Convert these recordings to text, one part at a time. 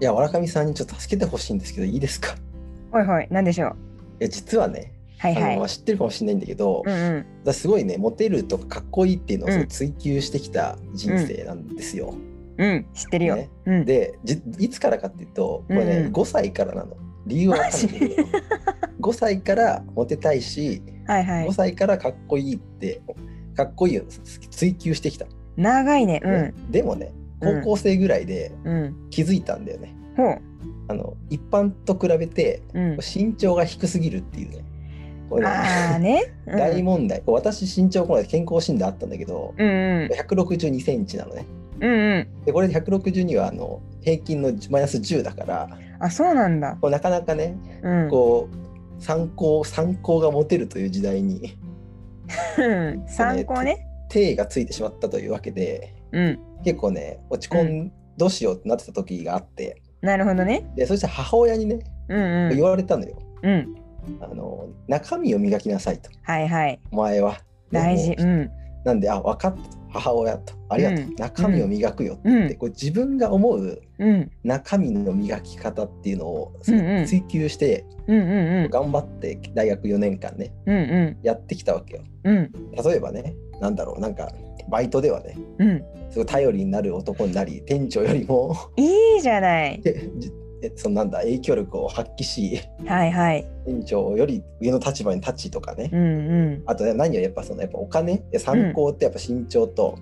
いや、わらかみさんにちょっと助けてほしいんですけど、いいですかはいはい、なんでしょう。いや、実はね、はいあはのまあい。知ってるかもしれないんだけど、うんうん。私すごいね、モテるとかかっこいいっていうのをうんすごい追求してきた人生なんですよ。うん、知ってるよ。ねうん。 でじ、いつからかっていうと、これね、うんうん5歳からなの。理由はわかんないんだけど。5歳からモテたいし、はいは5い。歳からかっこいいって、かっこいいを追求してきた。長いね。ねでもね、高校生ぐらいでうん。うん。気づいたんだよね。ほう。あの一般と比べてうん。身長が低すぎるっていうね。これねああ ね。うん大問題、こう私身長この間健康診断あったんだけど、うんうん。 162センチなのねうんうでこれ162はあの平均のマイナス10だからん。あ、そうなんだ。こうなかなかねうん。こう参考参考が持てるという時代にうん参考ね。手がついてしまったというわけでうん。結構ね落ち込ん、うどうしようってなってた時があってなるほどね。でそして母親にねうんう言ん。われたのよ、うん。あの中身を磨きなさいとはいはい。お前は。で大も事。ううん。なんで、あ、分かった、母親と、ありがとう、うん中身を磨くよって、うんこう自分が思ううん。中身の磨き方っていうのをうんうん追求して、うんうん頑張って大学4年間ね、うん。うんやってきたわけよ。うん。うん。例えばね、なんだろう、なんか、バイトではね、うん。すごい頼りになる男になり、店長よりも いいじゃない。で、じえそのなんだ、影響力を発揮し、はいはい。店長より上の立場に立ちとかね。うんうあとね、何よりやっぱそのやっぱお金で参考ってやっぱ身長と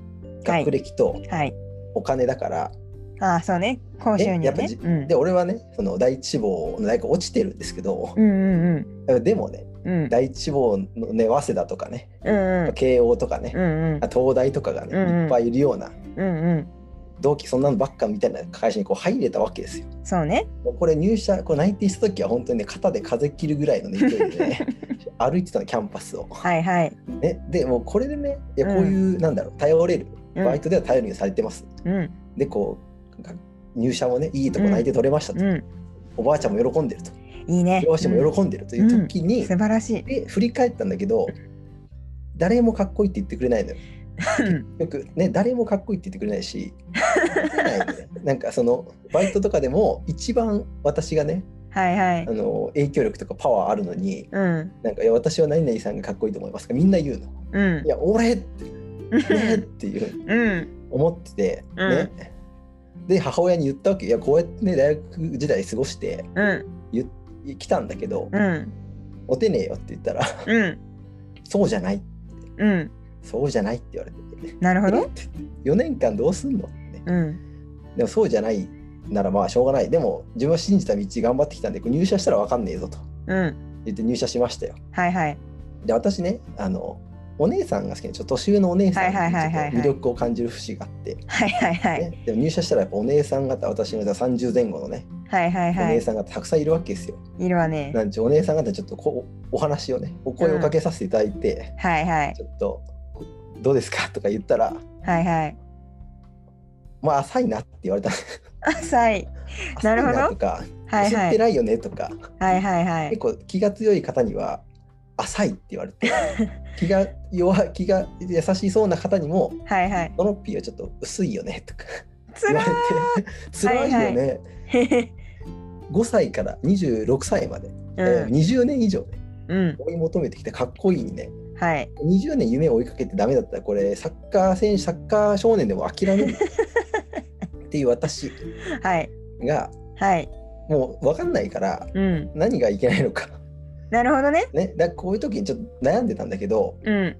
はい学歴とん。はい。お金だから、あー、そうね。高収え入やっぱねじ。うんで。俺はねその第一志望の大学落ちてるんですけどうんう んでもねうん。うん。第一志望のね早稲田とかねうんうん。慶応とかね、うんうん。東大とかがね、うんうんいっぱいいるようなうんうん。同期そんなのばっかみたいな会社にこう入れたわけですよ。そうね。もうこれ入社こう内定した時は本当にね肩で風切るぐらいのね勢いで ね歩いてたのキャンパスを。はいはい。ね、でもうこれでねいやこういう、なんだろう頼れるうんバイトでは頼りにされてます。うんでこうなんか入社もねいいとこ内定取れましたと、うおばあちゃんも喜んでると。ん。いいね。両親も喜んでるという時うに、ん素晴らしい。 で振り返ったんだけど誰もかっこいいって言ってくれないのよ。よくね誰もかっこいいって言ってくれない しないのねなんかそのバイトとかでも一番私がねはいはあい。の影響力とかパワーあるのにうんなんかいや私は何々さんがかっこいいと思いますかみんな言うの。うんいや俺ってねっていううん思ってて、うんねで母親に言ったわけいやこうやってね大学時代過ごしてうん来たんだけどうんモテねえよって言ったらうんそうじゃないうん。そうじゃないって言われててなる ほど。 4年間どうすんのってねうんでもそうじゃないならまあしょうがないでも自分は信じた道頑張ってきたんでこれ入社したら分かんねえぞとうん。言って入社しましたよはいはい。で私ねあのお姉さんが好きでちょっと年上のお姉さんにちょはいっとはいはいはいは魅い力を感じる節があって、ねはいはいはい。でも入社したらやっぱお姉さん方私の30前後のね、はいはいはお姉い。さん方たくさんいるわけですよいるわね。なんちゅうお姉さん方にちょっとこうお話をねお声をかけさせていただいて、はいはいちょっとどうですかとか言ったらはいはい。まあ浅いなって言われた浅い。なるほど浅いとか、はい知はってい。ないよねとか、はいはいは結い。構気が強い方には浅いって言われ て気が弱い気が優しそうな方にもはいはい。トロッピーはちょっと薄いよねとかつ言わられて辛いよね、い。 5歳から26歳まで、うえーん20年以上ね、う追い求めてきたかっこいいにねん。はい。 20年夢を追いかけてダメだったらこれサッカー選手サッカー少年でも諦 めるっていう私はいがはい。もう分かんないからうん。何がいけないのか。なるほどね。ね、だからこういう時にちょっと悩んでたんだけどうん。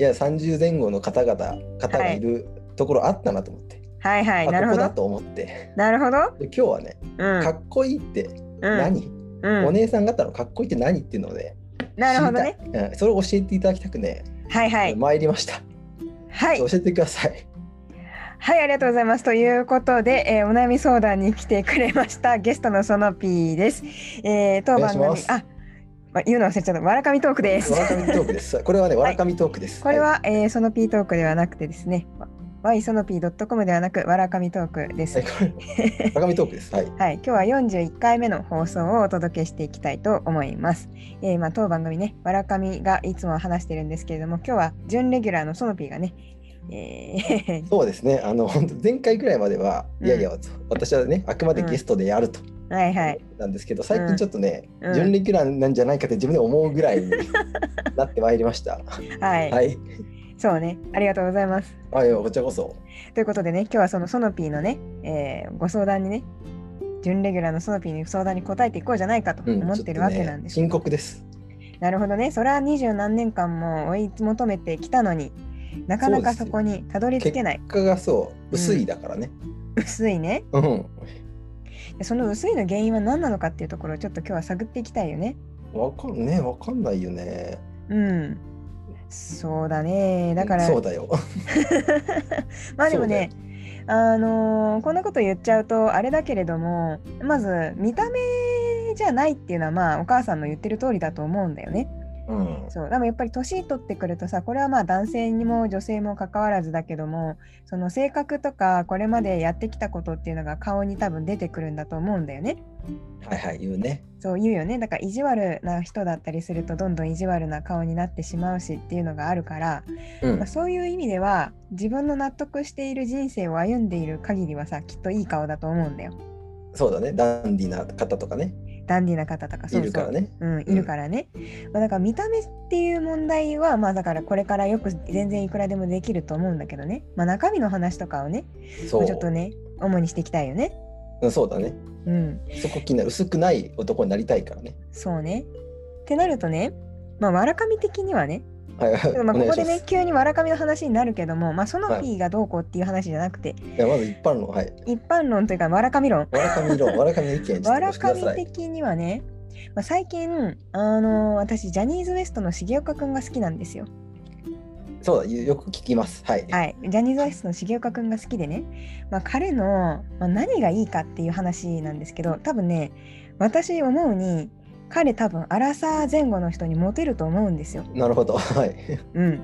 いや30前後の方々方がいるところあったなと思って、はいはい。あなるここほだど。と思ってなるほど。で今日はねうんか。っこいいってうん。何、うんお姉さん方のかっこいいって何っていうのでなるほどね。知りたい、うん、それを教えていただきたくね、はいはい。参りました、はい教。えてくださ いはい、ありがとうございます。ということで、えーお悩み相談に来てくれましたゲストのその P です。えー、当番組お願いしますあ、ま言うの忘れちゃった。わらかみトークですわ。らかみトークですこれはねわらかみトークです、これは、えーその P トークではなくてですね、y その P.com ではなくわらかみトークですはい、。はいこれわらかみトークですはいはい、今日は41回目の放送をお届けしていきたいと思います。えーまあ、当番組ね、わらかみがいつも話してるんですけれども、今日は準レギュラーのそのぴーがね、 えそうですねあの本当前回ぐらいまでは、うんいやいや私はねあくまでゲストでやると、ー、はいはい。なんですけど最近ちょっとね、うん準レギュラーなんじゃないかって自分で思うぐらいになってまいりま した。はい、はい、そうね。ありがとうございます。あいやこちらこそということでね、今日はそのソノピーのね、えーご相談にね、準レギュラーのソノピーに相談に答えていこうじゃないかとうん思ってるわけなんですちょっとね、深刻です。なるほどね。それは二十何年間も追い求めてきたのに、なかなそうかですよそこにたどり着けない。結果がそう薄いだからね。薄いね。うん、でその薄いの原因は何なのかっていうところをちょっと今日は探っていきたいよね。わかんねわかんないよね。うん。そうだね。だから、そうだ よ。まあでもね、あのーこんなこと言っちゃうとあれだけれども、まず見た目じゃないっていうのはまあお母さんの言ってる通りだと思うんだよね。うん、そうでもやっぱり年取ってくるとさこれはまあ男性にも女性も関わらずだけどもその性格とかこれまでやってきたことっていうのが顔に多分出てくるんだと思うんだよね。はいはい言うね。そう言うよねだから意地悪な人だったりするとどんどん意地悪な顔になってしまうしっていうのがあるから、うんまあ、そういう意味では自分の納得している人生を歩んでいる限りはさきっといい顔だと思うんだよそうだねダンディな方とかねダンディな方とかそうそういるからね。うん、いるからね、まあ、だから見た目っていう問題はまあだからこれからよく全然いくらでもできると思うんだけどね、まあ、中身の話とかをねそもううちょっとね主にしていきたいよねうんそうだね。うんそこ気になる薄くない男になりたいからね。そうねってなるとねまあわらかみ的にはねはいはい。まあおこ願いこしでまねす急にわらかみの話になるけどもまあそのピーがどうこうっていう話じゃなくて、いやまず一般論はい。一般論というかわらかみ論わらかみ論、わらかみの意見、ちょっとわ押らしてかくだみさい。的にはね、まあ、最近あの私ジャニーズ WEST の重岡くんが好きなんですよそうだ、よよく聞きます。はい。はい、ジャニーズアイスの重岡くんが好きでね、まあ、彼の、まあ、何がいいかっていう話なんですけど多分ね私思うに彼多分アラサー前後の人にモテると思うんですよ。なるほど。はい。うん、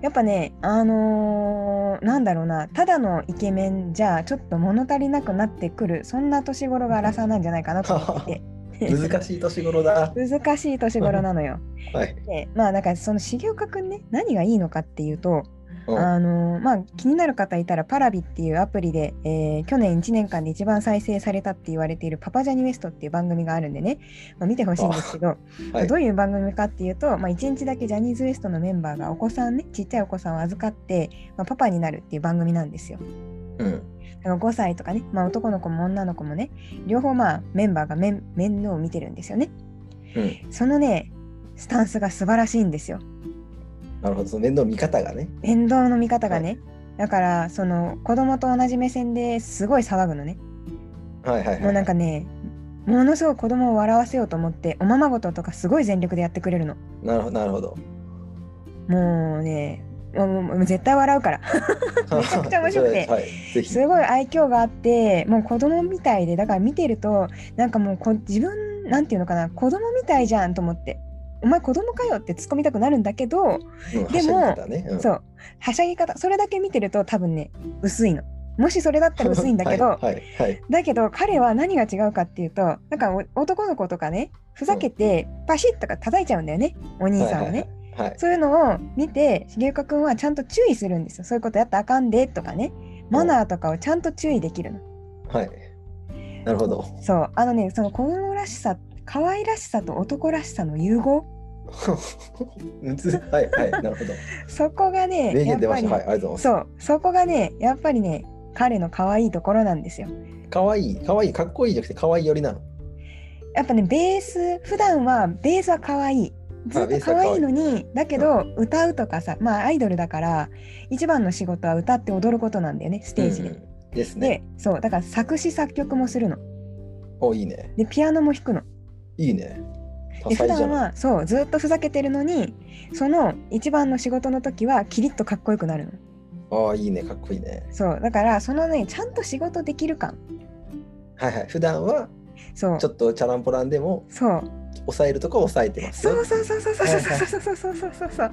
やっぱねあのーなんだろうなただのイケメンじゃちょっと物足りなくなってくるそんな年頃がアラサーなんじゃないかなと思っていて難しい年頃だ。難しい年頃なのよ。はい。でまあだからその重岡くんね何がいいのかっていうとうんあのまあ、気になる方いたらパラビっていうアプリで、えー去年1年間で一番再生されたって言われている「パパジャニウエスト」っていう番組があるんでね、まあ、見てほしいんですけど、まあはいど。ういう番組かっていうと、まあ、1日だけジャニーズ WEST のメンバーがお子さんねちっちゃいお子さんを預かって、まあ、パパになるっていう番組なんですよ。うん。だから5歳とかね、まあ、男の子も女の子もね両方まあメンバーが面面倒を見てるんですよね。うん。そのねスタンスが素晴らしいんですよ。なるほど。その面倒見方がね。面倒の見方がね、だからその子供と同じ目線ですごい騒ぐのねはいはいはい。もうなんかねものすごい子供を笑わせようと思っておままごととかすごい全力でやってくれるのなるほど。なる ほど。もうねもうもう絶対 笑うからめちゃくちゃ面白くて はい。ぜひ。すごい愛嬌があってもう子供みたいでだから見てるとなんかもうこ自分なんていうのかな子供みたいじゃんと思ってお前子供かよって突っ込みたくなるんだけどうんでもはしゃぎ方ねうんそうはしゃぎ方それだけ見てると多分ね薄いのもしそれだったら薄いんだけど、 はいはいはい。だけど彼は何が違うかっていうとなんかお男の子とかねふざけてパシッとか叩いちゃうんだよねお兄さんはいはをね、いはい。はい。そういうのを見て重岡君はちゃんと注意するんですよそういうことやったらあかんでとかねマナーとかをちゃんと注意できるのはい。なるほど。 そうあのねその子供らしさ可愛らしさと男らしさの融合むずはいはい。なる ほど。そこがね名や言っ出まぱしり、た。はい。ありがとうございそうそこがねやっぱりね彼の可愛いところなんですよます。かわいい。かわいい。かっこいいじゃなくて、かわいい寄りなの。やっぱねベース普段はベースは可愛いずっベとースは可可愛い愛いのにだけど歌うとかさまあアイドルだから一番の仕事は歌って踊ることなんだよねステージで。うんうんですね。でそうだから作詞作曲もするのお、いいね。でピアノも弾くのいいね。多で普彩じゃ段ない。はそうずっとふざけてるのにその一番の仕事の時はキリッとかっこよくなるのああ、いいね。かっこいいね。そうだからそのねちゃんと仕事できる感はいはい。普段はそうちょっとチャランポランでもそう抑えるとこは抑えてますよ。そうそうそうそうそうそうそうそうそうそうそう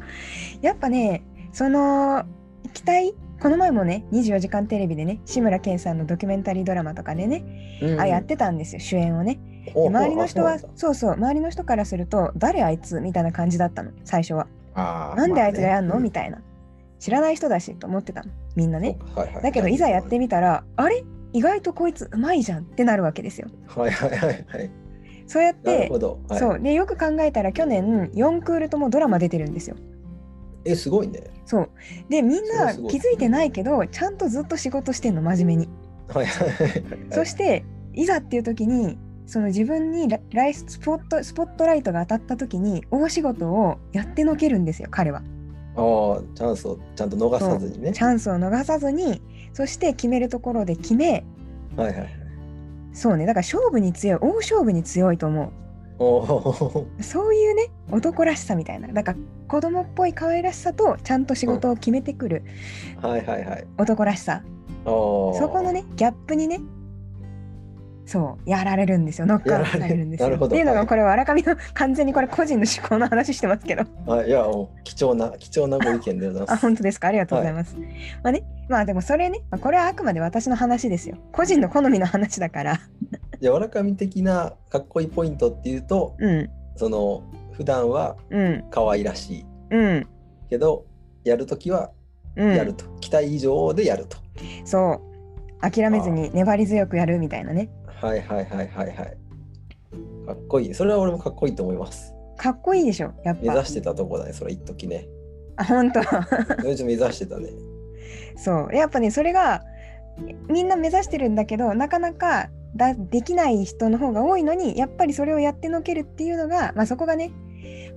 やっぱねその期待この前もね『24時間テレビ』でね志村けんさんのドキュメンタリードラマとかでね、うんあやってたんですよ主演をねおで周りの人はあそうそなうんだそう周りの人からすると「誰あいつ?」みたいな感じだったの最初は「あーなんであいつがやんの?」みたたいな知らない人だしと思ってたのみんなねはいはいだけどいざやってみたらあれ意外とこいつうまいじゃんってなるわけですよはいはいはいはいそうやっなるてほど、はい、そうでよく考えたら去年4クールともドラマ出てるんですよえすごいねそうでみんそれはなすごい気づいてないけどちゃんとずっと仕事してんの真面目にはいはいはいそしていざっていう時にその自分にラライススポットスポットライトが当たった時に大仕事をやってのけるんですよ彼は。ああチャンスをちゃんと逃さずにねチャンスを逃さずにそして決めるところで決めはいはいはいそうねだから勝負に強い大勝負に強いと思おおうそういうね男らしさみたいなだから子供っぽい可愛らしさとちゃんと仕事を決めてくるはいはいはい男らしさ、おーそこのねギャップにねそうやられるんですよノックアウトされるんですやられるなよ。るほっどていうのはがいこれは荒上の 完全にこれ個人の思考の話してますけど。あいやもう貴重な貴重なご意見でございあます本当ですかありがとうございます。まあねまあでもそれね、まあ、これはあくまで私の話ですよ個人の好みの話だから。柔らかみ的なかっこいいポイントっていうとうんその普段はうん可愛らしいうんけどやるときはうん。やると、期待以上でやるとそう諦めずに粘り強くやるみたいなねはいはいはいはいはいかっこいいそれは俺もかっこいいと思いますかっこいいでしょやっ目指ぱしてたとこだねそれ一時ねあ本当それうち目指してたねそうやっぱねそれがみんな目指してるんだけどなかなかだできない人の方が多いのにやっぱりそれをやってのけるっていうのが、まあ、そこがね、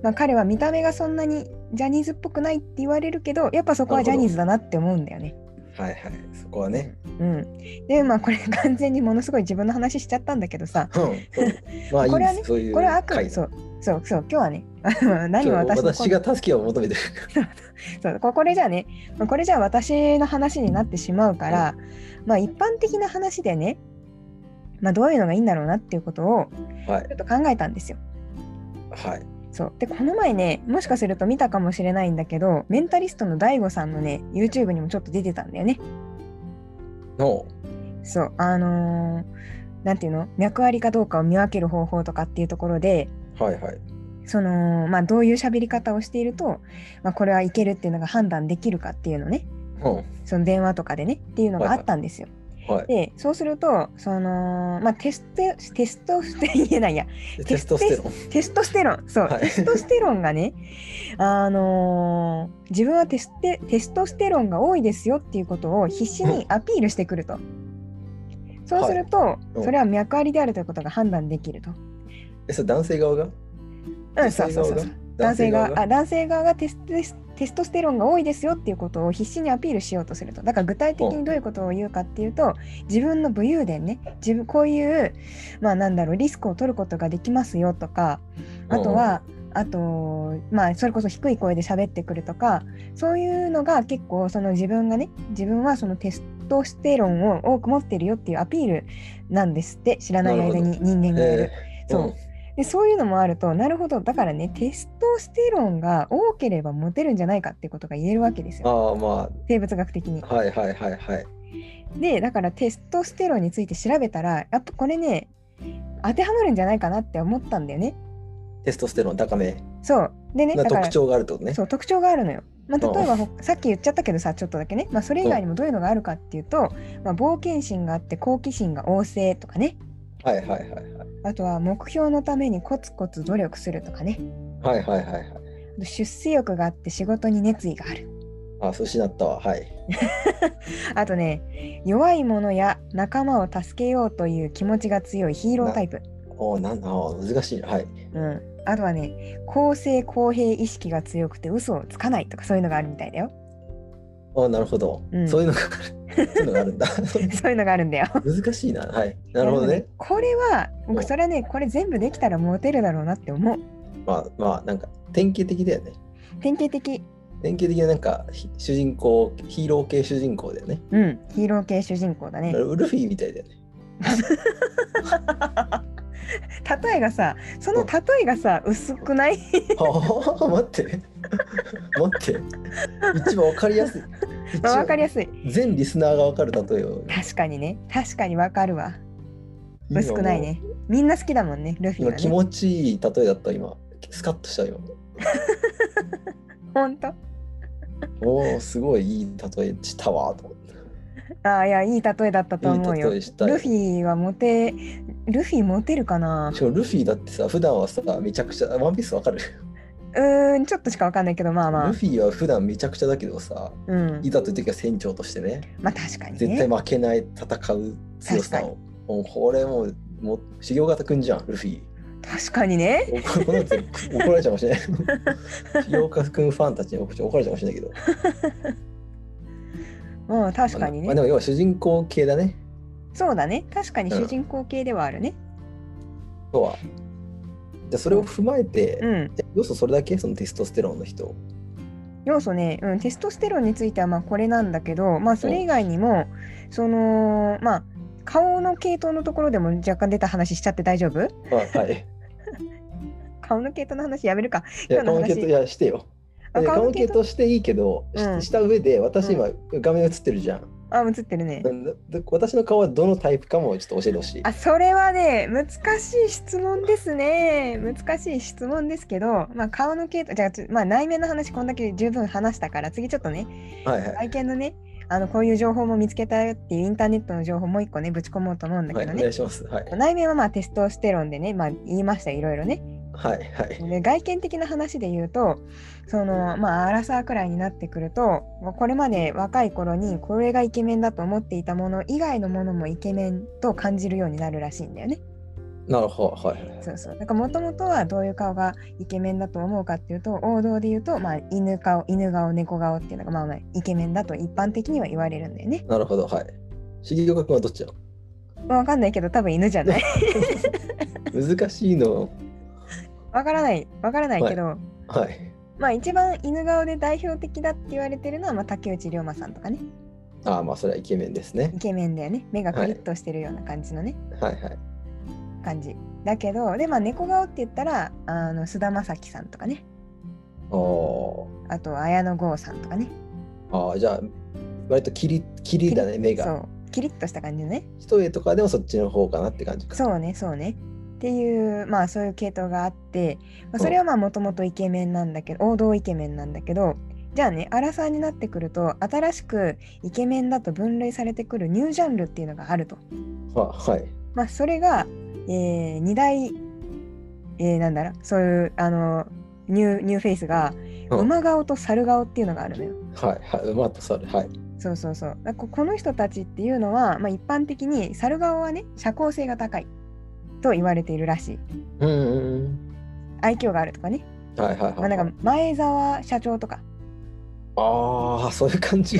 まあ、彼は見た目がそんなにジャニーズっぽくないって言われるけどやっぱそこはジャニーズだなって思うんだよね。はいはいそこはねうん、でまあこれ完全にものすごい自分の話しちゃったんだけどさうんそうまあいいこれではす、ねそういうこれはあくまで回そうそうそう今日はね 何を今日私の私が助けを求めてるそうここれじゃあねまあこれじゃあ私の話になってしまうから、まあ一般的な話でね、まあ、どういうのがいいんだろうなっていうことをはいちょっと考えたんですよ。はいそうでこの前ねもしかすると見たかもしれないんだけどメンタリストの DAIGO さんのね YouTube にもちょっと出てたんだよね。のそうあのーなんていうの脈ありかどうかを見分ける方法とかっていうところではいはいそのまあどういう喋り方をしていると、まあ、これはいけるっていうのが判断できるかっていうのねうんその電話とかでねっていうのがあったんですよ。はいでそうするとその、まあ、テステテストステ言えないやテストステロンテストステロンそう、はいテストステロンがね、あのー自分はテステテストステロンが多いですよっていうことを必死にアピールしてくると。そうすると、うんそれは脈ありであるということが判断できると。えそれ男性側がうん、そうそうそうそう。男性側があ男性側がテステステストステロンが多いですよっていうことを必死にアピールしようとするとだから具体的にどういうことを言うかっていうと自分の武勇伝ね自分こういうまあなんだろうリスクを取ることができますよとかあとはあとまあそれこそ低い声で喋ってくるとかそういうのが結構その自分がね自分はそのテストステロンを多く持ってるよっていうアピールなんですって知らない間に人間がいるえ。ーそうでそういうのもあるとなるほどだからねテストステロンが多ければモテるんじゃないかってことが言えるわけですうんよああま生物学的にあ。はいはいはいはいでだからテストステロンについて調べたらやっぱこれね当てはまるんじゃないかなって思ったんだよね。テストステロン高めそうでねなだから特徴があるってことねそう特徴があるのよ。まあ、例えばほさっき言っちゃったけどさちょっとだけね、まあ、それ以外にもどういうのがあるかっていうと、まあ、冒険心があって好奇心が旺盛とかねはいはいはいはいあとは目標のためにコツコツ努力するとかねはいはいはいはいあと出世欲があって仕事に熱意がある。あそう失ったわはいあとね、弱い者や仲間を助けようという気持ちが強いヒーロータイプ。おーなんあー難しいなはいうん、あとはね、公正公平意識が強くて嘘をつかないとかそういうのがあるみたいだよ。 あーなるほど、うんそういうのがあるそういうのがあるんだ そういうのがあるんだよ。難しいなはいなるほどいねやでも これは、う僕んそれはね、これ全部できたらモテるだろうなって思う。まあまあなんか典型的だよね典型的、典型的ななんかひ主人公ヒーロー系主人公だよねうん、ヒーロー系主人公だね。ルフィみたいだよね 例えがさ、その例えがさ、薄 くないああ待って 待って一番わかりやすい一まあわかり番やすい。全リスナーがわかる例えを確かにね、確かにわかるわ。薄くないね。みんな好きだもんね、ルフィ今はもう今気ね。持ちいい例えだった今スカッとした今ほんとおおすごいいい例えしたわと思ってああいやいい例えだったと思うよ。いい例えしたよルフィはモテルフィモテるかなしかもルフィだってさ普段はさめちゃくちゃワンピースわかる、うーんちょっとしかわかんないけどまあまあル。フィは普段めちゃくちゃだけどさうんい、ざという時は船長としてねまあ確かに絶対ね。負けない戦う強さをもうこれもうもう修行型くんじゃんルフィ確かにね。怒この後怒られちゃうかもし れない修行型くんファンたちに怒られちゃうかもしれないけどうん確かにまあ、ねで。も要は主人公系だねそうだね。確かにうん主人公系ではあるね。とはじゃあそれを踏まえて、うん。え要素それだけそのテストステロンの人要素ね、うん、テストステロンについてはまあこれなんだけど、まあそれ以外にも、そのまあ顔の系統のところでも若干出た話しちゃって大丈夫あ はい顔の系統の話やめるか。いや今日の顔話系統いやしてよあで顔顔の系系統統していいけど、しうんした上で私今画面映ってるじゃん、あ、映ってるね。で私の顔はどのタイプかもちょっと教えてほしいあそれはね難しい質問ですね難しい質問ですけど、まあ、顔の系統じゃあつ、まあ、内面の話こんだけ十分話したから次ちょっとねはいはい、外見のねあのこういう情報も見つけたよっていうインターネットの情報もう一個ねぶち込もうと思うんだはけい、どおね、願いしますはい内面はまあテストステロンでね、まあ、言いましたいろいろねはいはいで外見的な話で言うとそのまあアラサーくらいになってくるとこれまで若い頃にこれがイケメンだと思っていたもの以外のものもイケメンと感じるようになるらしいんだよね。なるほどはいはいはいそうそう。だからもともとはどういう顔がイケメンだと思うかっていうと王道で言うと、まあ、犬顔犬顔猫顔っていうのが、まあ、まあイケメンだと一般的には言われるんだよね。なるほどはい重岡君はどっちなまあわかんないけど多分犬じゃない。 の難しいのわからないわからないけど、はいまあ一番犬顔で代表的だって言われてるのは、まあ、竹内涼真さんとかねああまあそれはイケメンですねイケメンだよね目がクリッとしてるような感じのね、はいはい感じ。だけどでまあ猫顔って言ったらあの菅田将暉さんとかねおあと綾野剛さんとかね。ああじゃあ割とキリキリだね目そがうキリッとした感じのね。一重とかでもそっちの方かなって感じかそうねそうねっていうまあそういう系統があって、まあ、それはまあもともとイケメンなんだけど王道イケメンなんだけどじゃあねアラサーになってくると新しくイケメンだと分類されてくるニュージャンルっていうのがあると、ははいまあ、それが、えー、2大、えーなんだろうそういうあのニューニューフェイスがうん馬顔と猿顔っていうのがあるのよ。はいはい馬と猿はいそうそうそうだここの人たちっていうのは、まあ、一般的に猿顔はね社交性が高いと言われているらしいうんうん愛嬌があるとかねうんはいはいはい、まあ、なんか前澤社長とか ああそういう感じ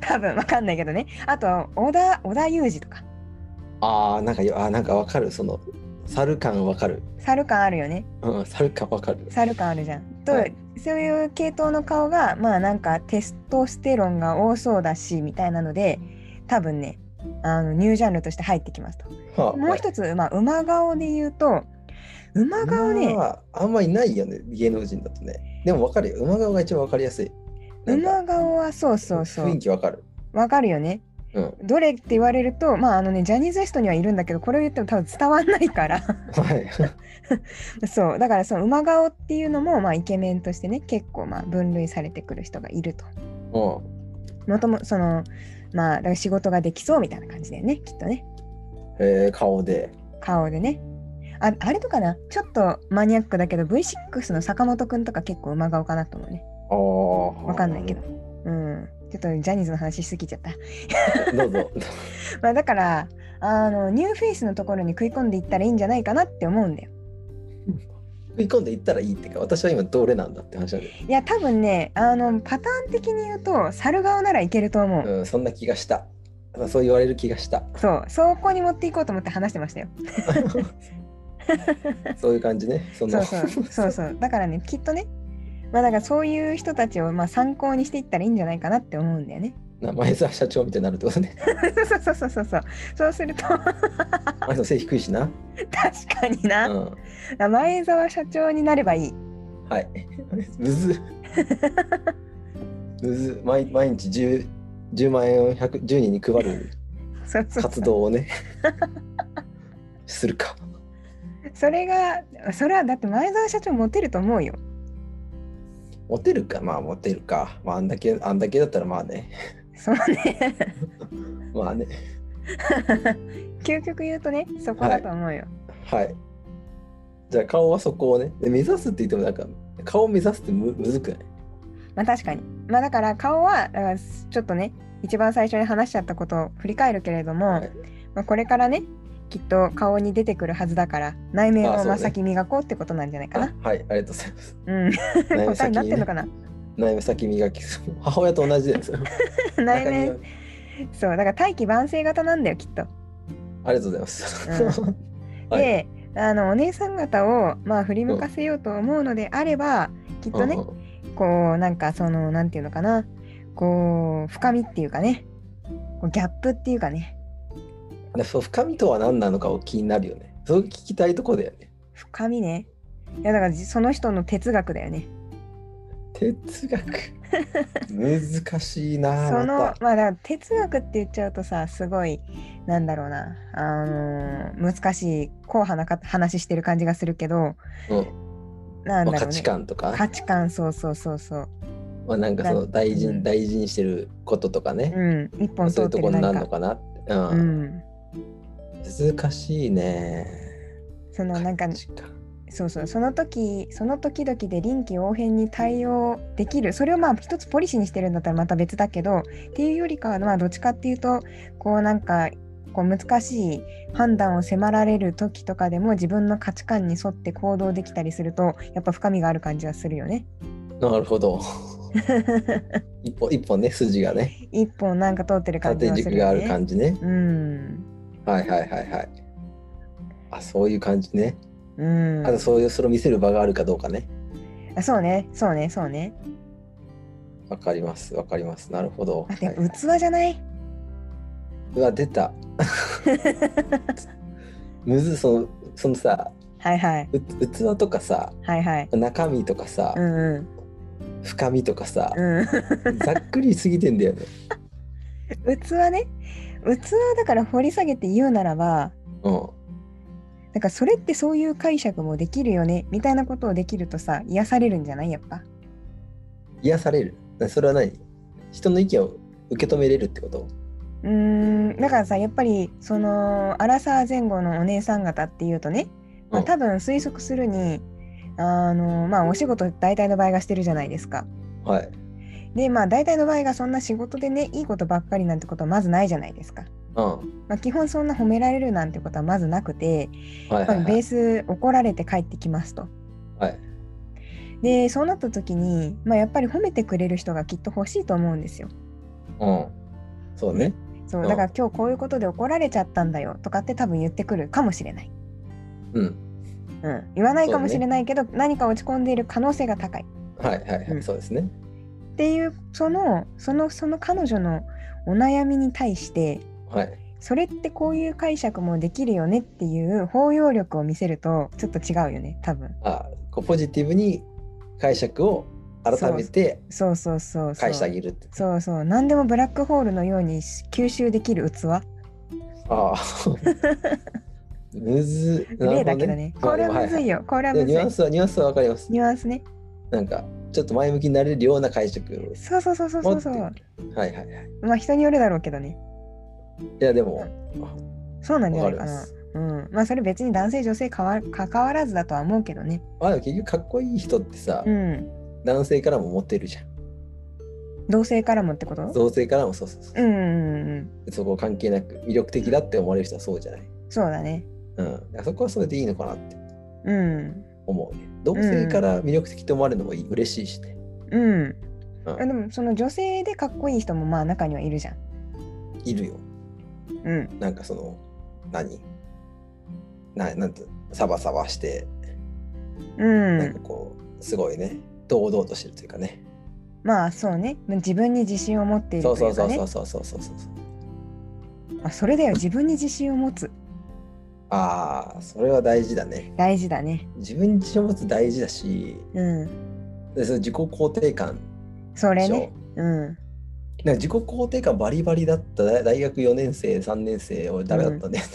多分わかんないけどねあとは織田織田裕二とか ああなんかあーなんかわかるその猿感わかる猿感あるよねうん猿感わかる猿感あるじゃん。と、はいそういう系統の顔がまあなんかテストステロンが多そうだしみたいなので多分ねあのニュージャンルとして入ってきますと。はあもう一つ、まあ、馬顔で言うと馬顔ね、まああんまいないよね芸能人だとねでもわかるよ馬顔が一番わかりやすいなんか馬顔はそうそうそ雰う囲気わかるわかるよね。うんどれって言われるとまああのねジャニーズ WEST にはいるんだけどこれを言っても多分伝わんないから。 はいそうだからその馬顔っていうのも、まあ、イケメンとしてね結構まあ分類されてくる人がいるとうんもともそのまあだから仕事ができそうみたいな感じだよねきっとねえー、顔で顔でねああれとかなちょっとマニアックだけど V6 の坂本くんとか結構馬顔かなと思うねああわわかんないけどうんちょっとジャニーズの話しすぎちゃった どうぞまあだからあのニューフェイスのところに食い込んでいったらいいんじゃないかなって思うんだよ食い込んでいったらいいってか私は今どれなんだって話なんで、いや多分ねあのパターン的に言うと猿顔ならいけると思う、うん、そんな気がしたそう言われる気がしたそう、そこに持っていこうと思って話してましたよ。そういう感じねそそのうそう、 そうそう。だからね、きっとね、まあだからそういう人たちをまあ参考にしていったらいいんじゃないかなって思うんだよね。な前澤社長みたいになるってこと ねそうそうそうそうそう。そうすると 確あの背低いしな、かにうな、ん、前澤社長になればいい。はい。 む ず。むず。毎毎日 10, 10万円を100 10人に配るそうそうそう活動をね、 するか。それがそれはだって前澤社長モテると思うよ。モテるかまあモテるか、まあ、あんだけあんだけだったらまあねそうね まあね究極言うとねそこだと思うよ、はいじゃあ顔はそこをねで目指すって言ってもなんか顔を目指すってむむずくないまあ確かにまあだから顔はだからちょっとね一番最初に話しちゃったことを振り返るけれども、はいまあ、これからねきっと顔に出てくるはずだから内面あをそうね真っ先磨こうってことなんじゃないかなあはいありがとうござい ますうん内面答えになっ先てん のかな内面先磨きそう 母親と同じです内中面にそうだから大器晩成型なんだよきっと。ありがとうございます、うはいであのお姉さん方を、まあ、振り向かせようと思うのであれば、きっと ね、うんうんこうなんかそのなんていうのかなこう深みっていうかねこうギャップっていうかねでそう深みとは何なのかを気になるよねそう聞きたいとこだよね深みねいやだからじその人の哲学だよね哲学難しいなそのまあまだから哲学って言っちゃうとさすごいなんだろうなあのー難しい硬派なか話してる感じがするけどた、うんなんだろう、まあね、価値観とか価値観そうそうそうそうまあ、なんかそなのん大事うんに大事にしてることとかね、うん一ま本あそ通ういっうとてこるにななんるかのかなって、うんうん難しいねそのなんか価値観そうそうその時その時々で臨機応変に対応できるそれをまあ一つポリシーにしてるんだったらまた別だけどっていうよりかはまあどっちかっていうとこうなんかこう難しい判断を迫られる時とかでも自分の価値観に沿って行動できたりするとやっぱ深みがある感じがするよね。 なるほど一本一本ね筋がね一本なんか通ってる感じ縦がす軸るがよあね。る感じねうんはいはいはいはいあそういう感じねうんあとそういうそれを見せる場があるかどうかねあそうねそうねそうね。わかりますわかりますなるほどあではいも器じゃない、うわ出 たむずそのそのさはい、はいはいう器とかさはいはい中身とかさ、うんうん深みとかさ、うん。ざっくりすぎてんだよね。器ね器だから掘り下げて言うならばうん、なんかそれってそういう解釈もできるよねみたいなことをできるとさ癒されるんじゃないやっぱ癒されるそれは何人の意見を受け止めれるってことうーんだからさやっぱりそのアラサー前後のお姉さん方っていうとね、まあ、うん多分推測するに、あのまあお仕事大体の場合がしてるじゃないですかはい。でまあ大体の場合がそんな仕事でねいいことばっかりなんてことはまずないじゃないですか、うん。まあ、基本そんな褒められるなんてことはまずなくて、はいはまあい、ベはーい。ス怒られて帰ってきますとはい、でそうなった時に、まあ、やっぱり褒めてくれる人がきっと欲しいと思うんですよ。うん。そうね。そううんだから今日こういうことで怒られちゃったんだよとかって多分言ってくるかもしれない。うん。うん、言わないかもしれないけど、何か落ち込んでいる可能性が高い。はいはいはい、うんそうですね。っていうそのそのその彼女のお悩みに対してはい。それってこういう解釈もできるよねっていう包容力を見せるとちょっと違うよね多分。あこうポジティブに解釈を改めてそうそうそうそう。返してあげるって。そうそう何でもブラックホールのように吸収できる器 ああ。むず。なる例ほだどけどねね。これはむずいよ。よ、これはでもむニずいュアンスはニュアンスはわかります。ニュアンスねなんかちょっと前向きになれるような解釈を。そうそうそうそうそうそうはいはいはい。まあ人によるだろうけどねいやでも、そうなんじゃないかわかりなますうんまあそれ別に男性女性かわ関わらずだとは思うけどねあでも結局かっこいい人ってさ、うん男性からもモテるじゃん。同性からもってこと同性からもそうそうそううんうんうんそこ関係なく魅力的だって思われる人はそうじゃない。そうだねうん、だからそこはそれでいいのかなってうん思うね。同性から魅力的と思われるのもいい嬉しいしね。うんうんあでもその女性でかっこいい人もまあ中にはいるじゃんいるよ。うんなんかその何ななんていうのサバサバして、うなんかんこうすごいね堂々としてるというかね。まあそうね自分に自信を持っているそうとそいううそかうねそうそうそうそうそう。あそれだよ自分に自信を持つああそれは大事だね。大事だね自分自身を持つ大事だしうんでその自己肯定感そでれしょ。ねうんなんか自己肯定感バリバリだった大大学4年生3年生俺ダメだったんだよね、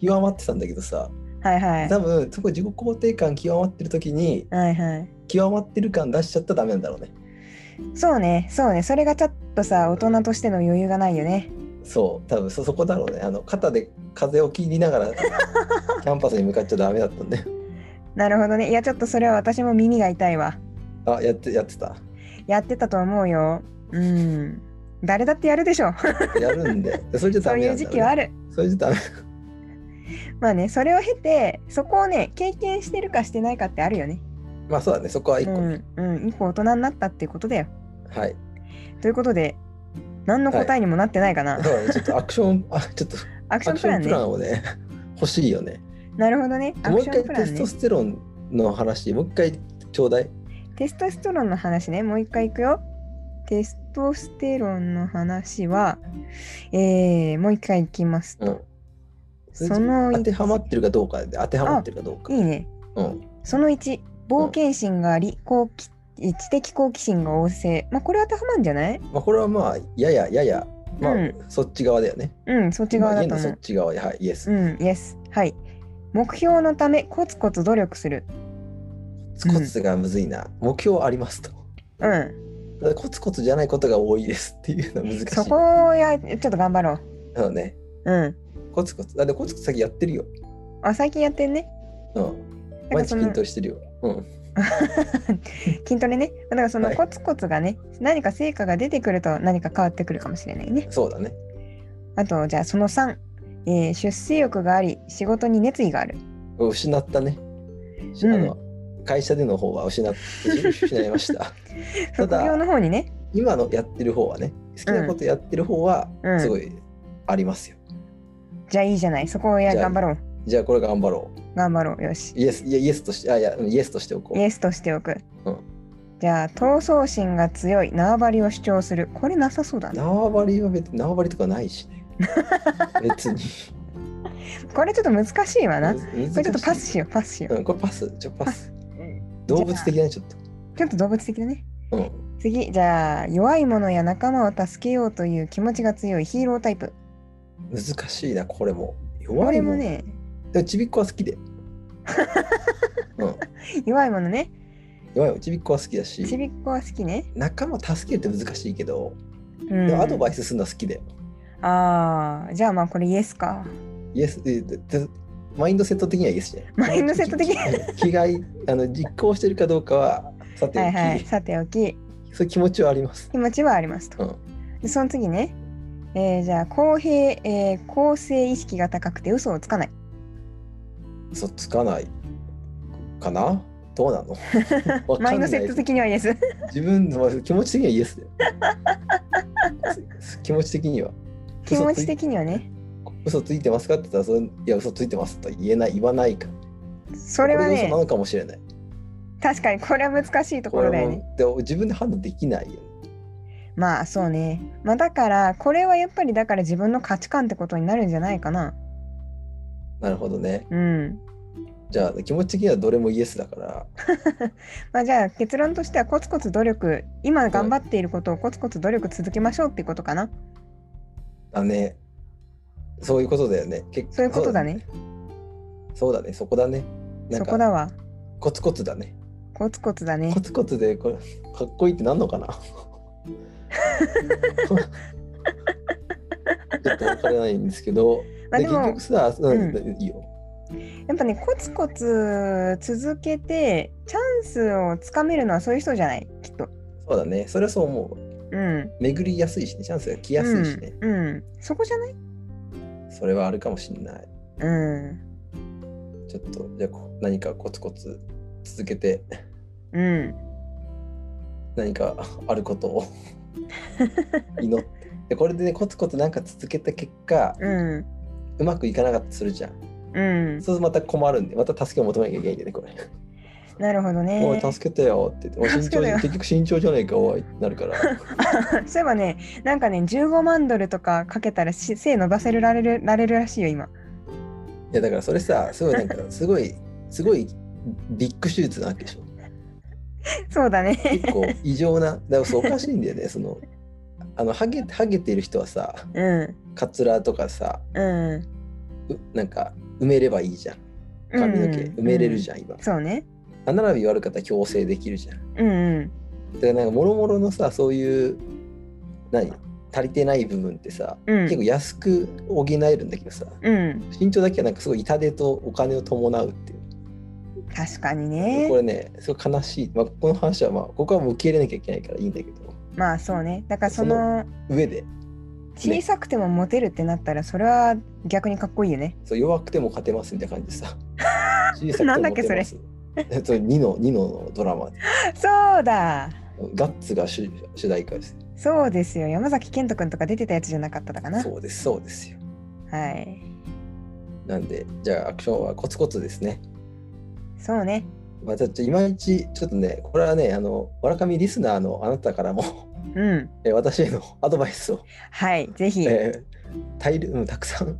極まってたんだけどさはいはい多分そこ自己肯定感極まってる時にはいはい極まってる感出しちゃったらダメなんだろうねそうねそうねそれがちょっとさ大人としての余裕がないよねそう多分そそこだろうねあの肩で風を切りなが らキャンパスに向かっちゃダメだったんでなるほどねいやちょっとそれは私も耳が痛いわあやってやってたやってたと思うようん誰だってやるでしょやるんで それじゃそダうメいなうんだ時よ期はあねるそれじゃダメまあねそれを経てそこをね経験してるかしてないかってあるよねまあそうだねそこは一う個、んうん一個大人になったっていうことだよはいということで何の答えにもなってないか な、だからねちょっとアクションあちょっとアクシアョンクプショランンプねランをね欲しいよねなるほどねアもクうシ一ョ回ンプラテンスねトステロンの話もう一回ちょうだいテストステロンの話ね、もう一回いくよ。テストステロンの話は、えー、もう一回いきますうと。んその当てはまっ1、てるかどうかで当てはまってるかどうかいいね。うんその1、冒険心があり、好奇知的好奇心が旺盛。まあ、これ当てはまるんじゃないまあこれはまあややややまあ、うんそっち側だよねうん、そっち側だとまあ家のそ思っち側ではいイエス、う。うん、イエス。はい。目標のため、コツコツ努力する。コツコツがむずいな、目標ありますとうん。ただコツコツじゃないことが多いですっていうのは難しいそこをや、ちょっと頑張ろそうねう。うん。コツコツだってコツコツ先やってるよあ、最近やってんね。うんだから毎日その筋トレしてるようん筋トレねだからそのはいコツコツがね、何か成果が出てくると何か変わってくるかもしれないねそうだねあとじゃあその3、えー出世欲があり仕事に熱意がある失ったね、しうんあの会社での方は失っ失いま したた副だ業の方にね今のやってる方はね好きなことやってる方はうんすごいありますよ、じゃあいいじゃないそこをやじゃあ頑張ろうじゃあこれ頑張ろう頑張ろうよしイエスいやイエスとしてあいやイエスとしておこイエスとしておく、うんじゃあ闘争心が強い縄張りを主張するこれなさそうだうね縄張りは別に縄張りとかないしね別 にこれちょっと難しいわなこむ難しいれちょっとパスしようパスしようんこれパスちょパスう、動物的だねちょっとちょっと動物的だねうん次じゃあ弱い者や仲間を助けようという気持ちが強いヒーロータイプ難しいなこれもこ弱れいももんねでもちびっこは好きで、うん、弱いものね。弱いもんちびっこは好きだちしびっこは好きね。仲間助けるって難しいけどうんでもアドバイスするのは好きだよ。ああ、じゃあまあこれイエスか。イエスえででマインドセット的にはイエスじゃない。マインドセット的にに 気概あの実行してるかどうかはさておき、はいはい。さておき、そういう気持ちはあります。気持ちはありますうと。ん、でその次ね。えーじゃあ公平、えー公正意識が高くて嘘をつかない。そうつかないかなどうな のわかマイんンなドいセット的にはイエス。自分の気持ち的にはイエ スだよ。す気持ち的には。気持ち嘘つい的にはね。嘘ついてますかって言ったらそれ、いや、嘘ついてますとは言えない、言わないか。それはこねが嘘な、のかもしれない。確かにこれは難しいとこころれだよね。も、でも自分で判断できないよね。まあそうね。まあだから、これはやっぱりだから自分の価値観ってことになるんじゃないかな。なるほどね。うん。じゃあ、気持ち的にはどれもイエスだから。まあ、じゃあ結論としてはコツコツ努力今頑張っていることをコツコツ努力続けましょうってことかなだね。そういうことだよね。結そういうことだねそうだね。そうだね。そこだね。なんそかこだわコツコツだね。コツコツだねコツコツでこれかっこいいってなんの かなちょっとわからないんですけど。まあでで結も局さ、うんういいよ。やっぱねコツコツ続けてチャンスをつかめるのはそういう人じゃないきっとそうだね。それはそう思う。うん巡りやすいしね。チャンスが来やすいしね。うん、うん、そこじゃないそれはあるかもしれない。うんちょっと、じゃあこ何かコツコツ続けて、うん何かあること を祈って。でこれでね、コツコツなんか続けた結果、うんうまくいかなかったとするじゃん。うんそうするとまた困るんで、また助けを求めなきゃいけないんだよね、これ。なるほどねおい、助けてよって言って、おい助身け長てよ結局身長じゃねえか、おいってなる から。そういえばねなんかね15万ドルとかかけたらし背伸ばせられるられるらしいよ今いや、だからそれさ、すごいなんか、すごい、すごいビッグ手術なわけでしょ。そうだね 結構異常な、だからそうおかしいんだよね、その、あの、ハゲ、ハゲてる人はさ、うんカツラとかさ、うんうなんか埋めればいいじゃん。髪の毛埋めれるじゃん、今そうね歯並び悪かったら矯正できるじゃんうんうんだからなんかもろもろのさそういう何足りてない部分ってさ、うん結構安く補えるんだけどさうん身長だけはなんかすごい痛手とお金を伴うっていう、確かにねこれねすごい悲しい、まあ、この話はまあここはもう受け入れなきゃいけないからいいんだけどまあそうねだからその上で小さくてもモテるってなったらそれは逆にかっこいいよね そう弱くても勝てますみたいな感じでさ小さくてもなんだっけ勝てますそう2の2のドラマそうだガッツが主主題歌ですそうですよ山崎賢人君とか出てたやつじゃなかったかなそうですそうですよはいなんでじゃあアクションはコツコツですねそうねまあ、ちょっといまいち、ちょっとね、これはね、あの、わらかみリスナーのあなたからも、 うんえ私へのアドバイスを、はいぜひ、えー大量うんたくさん、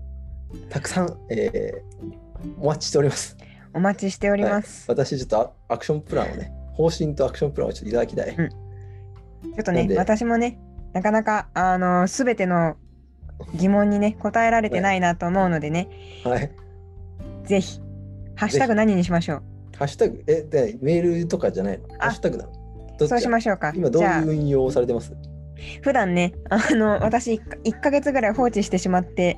たくさん、えーお待ちしております。お待ちしております、私、ちょっとアアクションプランをね、方針とアクションプランをちょっといただきたい。んちょっとなねんで私もねなかなかあの全ての疑問にね答えられてないなと思うのでね、はい。ぜひハッシュタグ何にしましょハッシュタグ、え、でメールとかじゃないのあハッシュタグなのどうっちそうしましょうか今、どうじゃあいう運用をされてます普段ねあの私 1, ヶ月ぐらい放置してしまって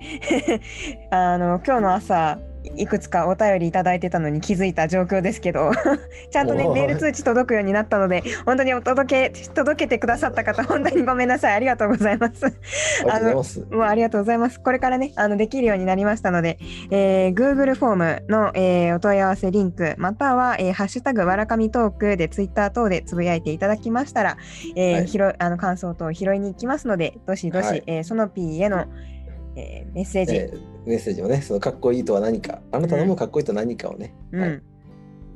あの今日の朝いくつかお便りいただいてたのに気づいた状況ですけど ちゃんとねおーメール通知届くようになったので本当にお届け届けてくださった方本当にごめんなさいありがとうございますありがとうございます。もうありがとうございます。これからね、あのできるようになりましたので、えー Google フォームの、えーお問い合わせリンク、または、えーハッシュタグわらかみトークで Twitter 等でつぶやいていただきましたら、えーはい拾いあの感想等を拾いに行きますので、どしどし、はいえーその P への、えーメッセージ、えーメッセージをね、そのかっこいいとは何か、あなたのもかっこいいとは何かをね、うん、はい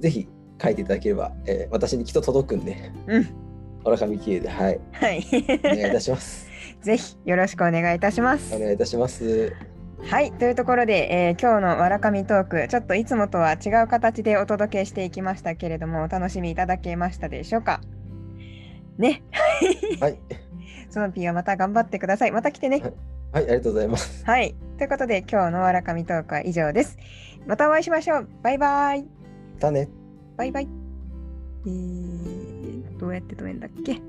ぜひ書いていただければ、えー私にきっと届くんで、うん、村上きれいで、はい、はい、 お願いいたします。ぜひよろしくお願いいたしますお。願いいたします。はい、というところで、えー今日のわらかみトーク、ちょっといつもとは違う形でお届けしていきましたけれども、お楽しみいただけましたでしょうか。ね、はい、その P はまた頑張ってください。また来てね。はい、ありがとうございます。はい、ということで、今日のわらかみトークは以上です。またお会いしましょう。バイバイ。だね。バイバイ。えー、どうやって止めんだっけ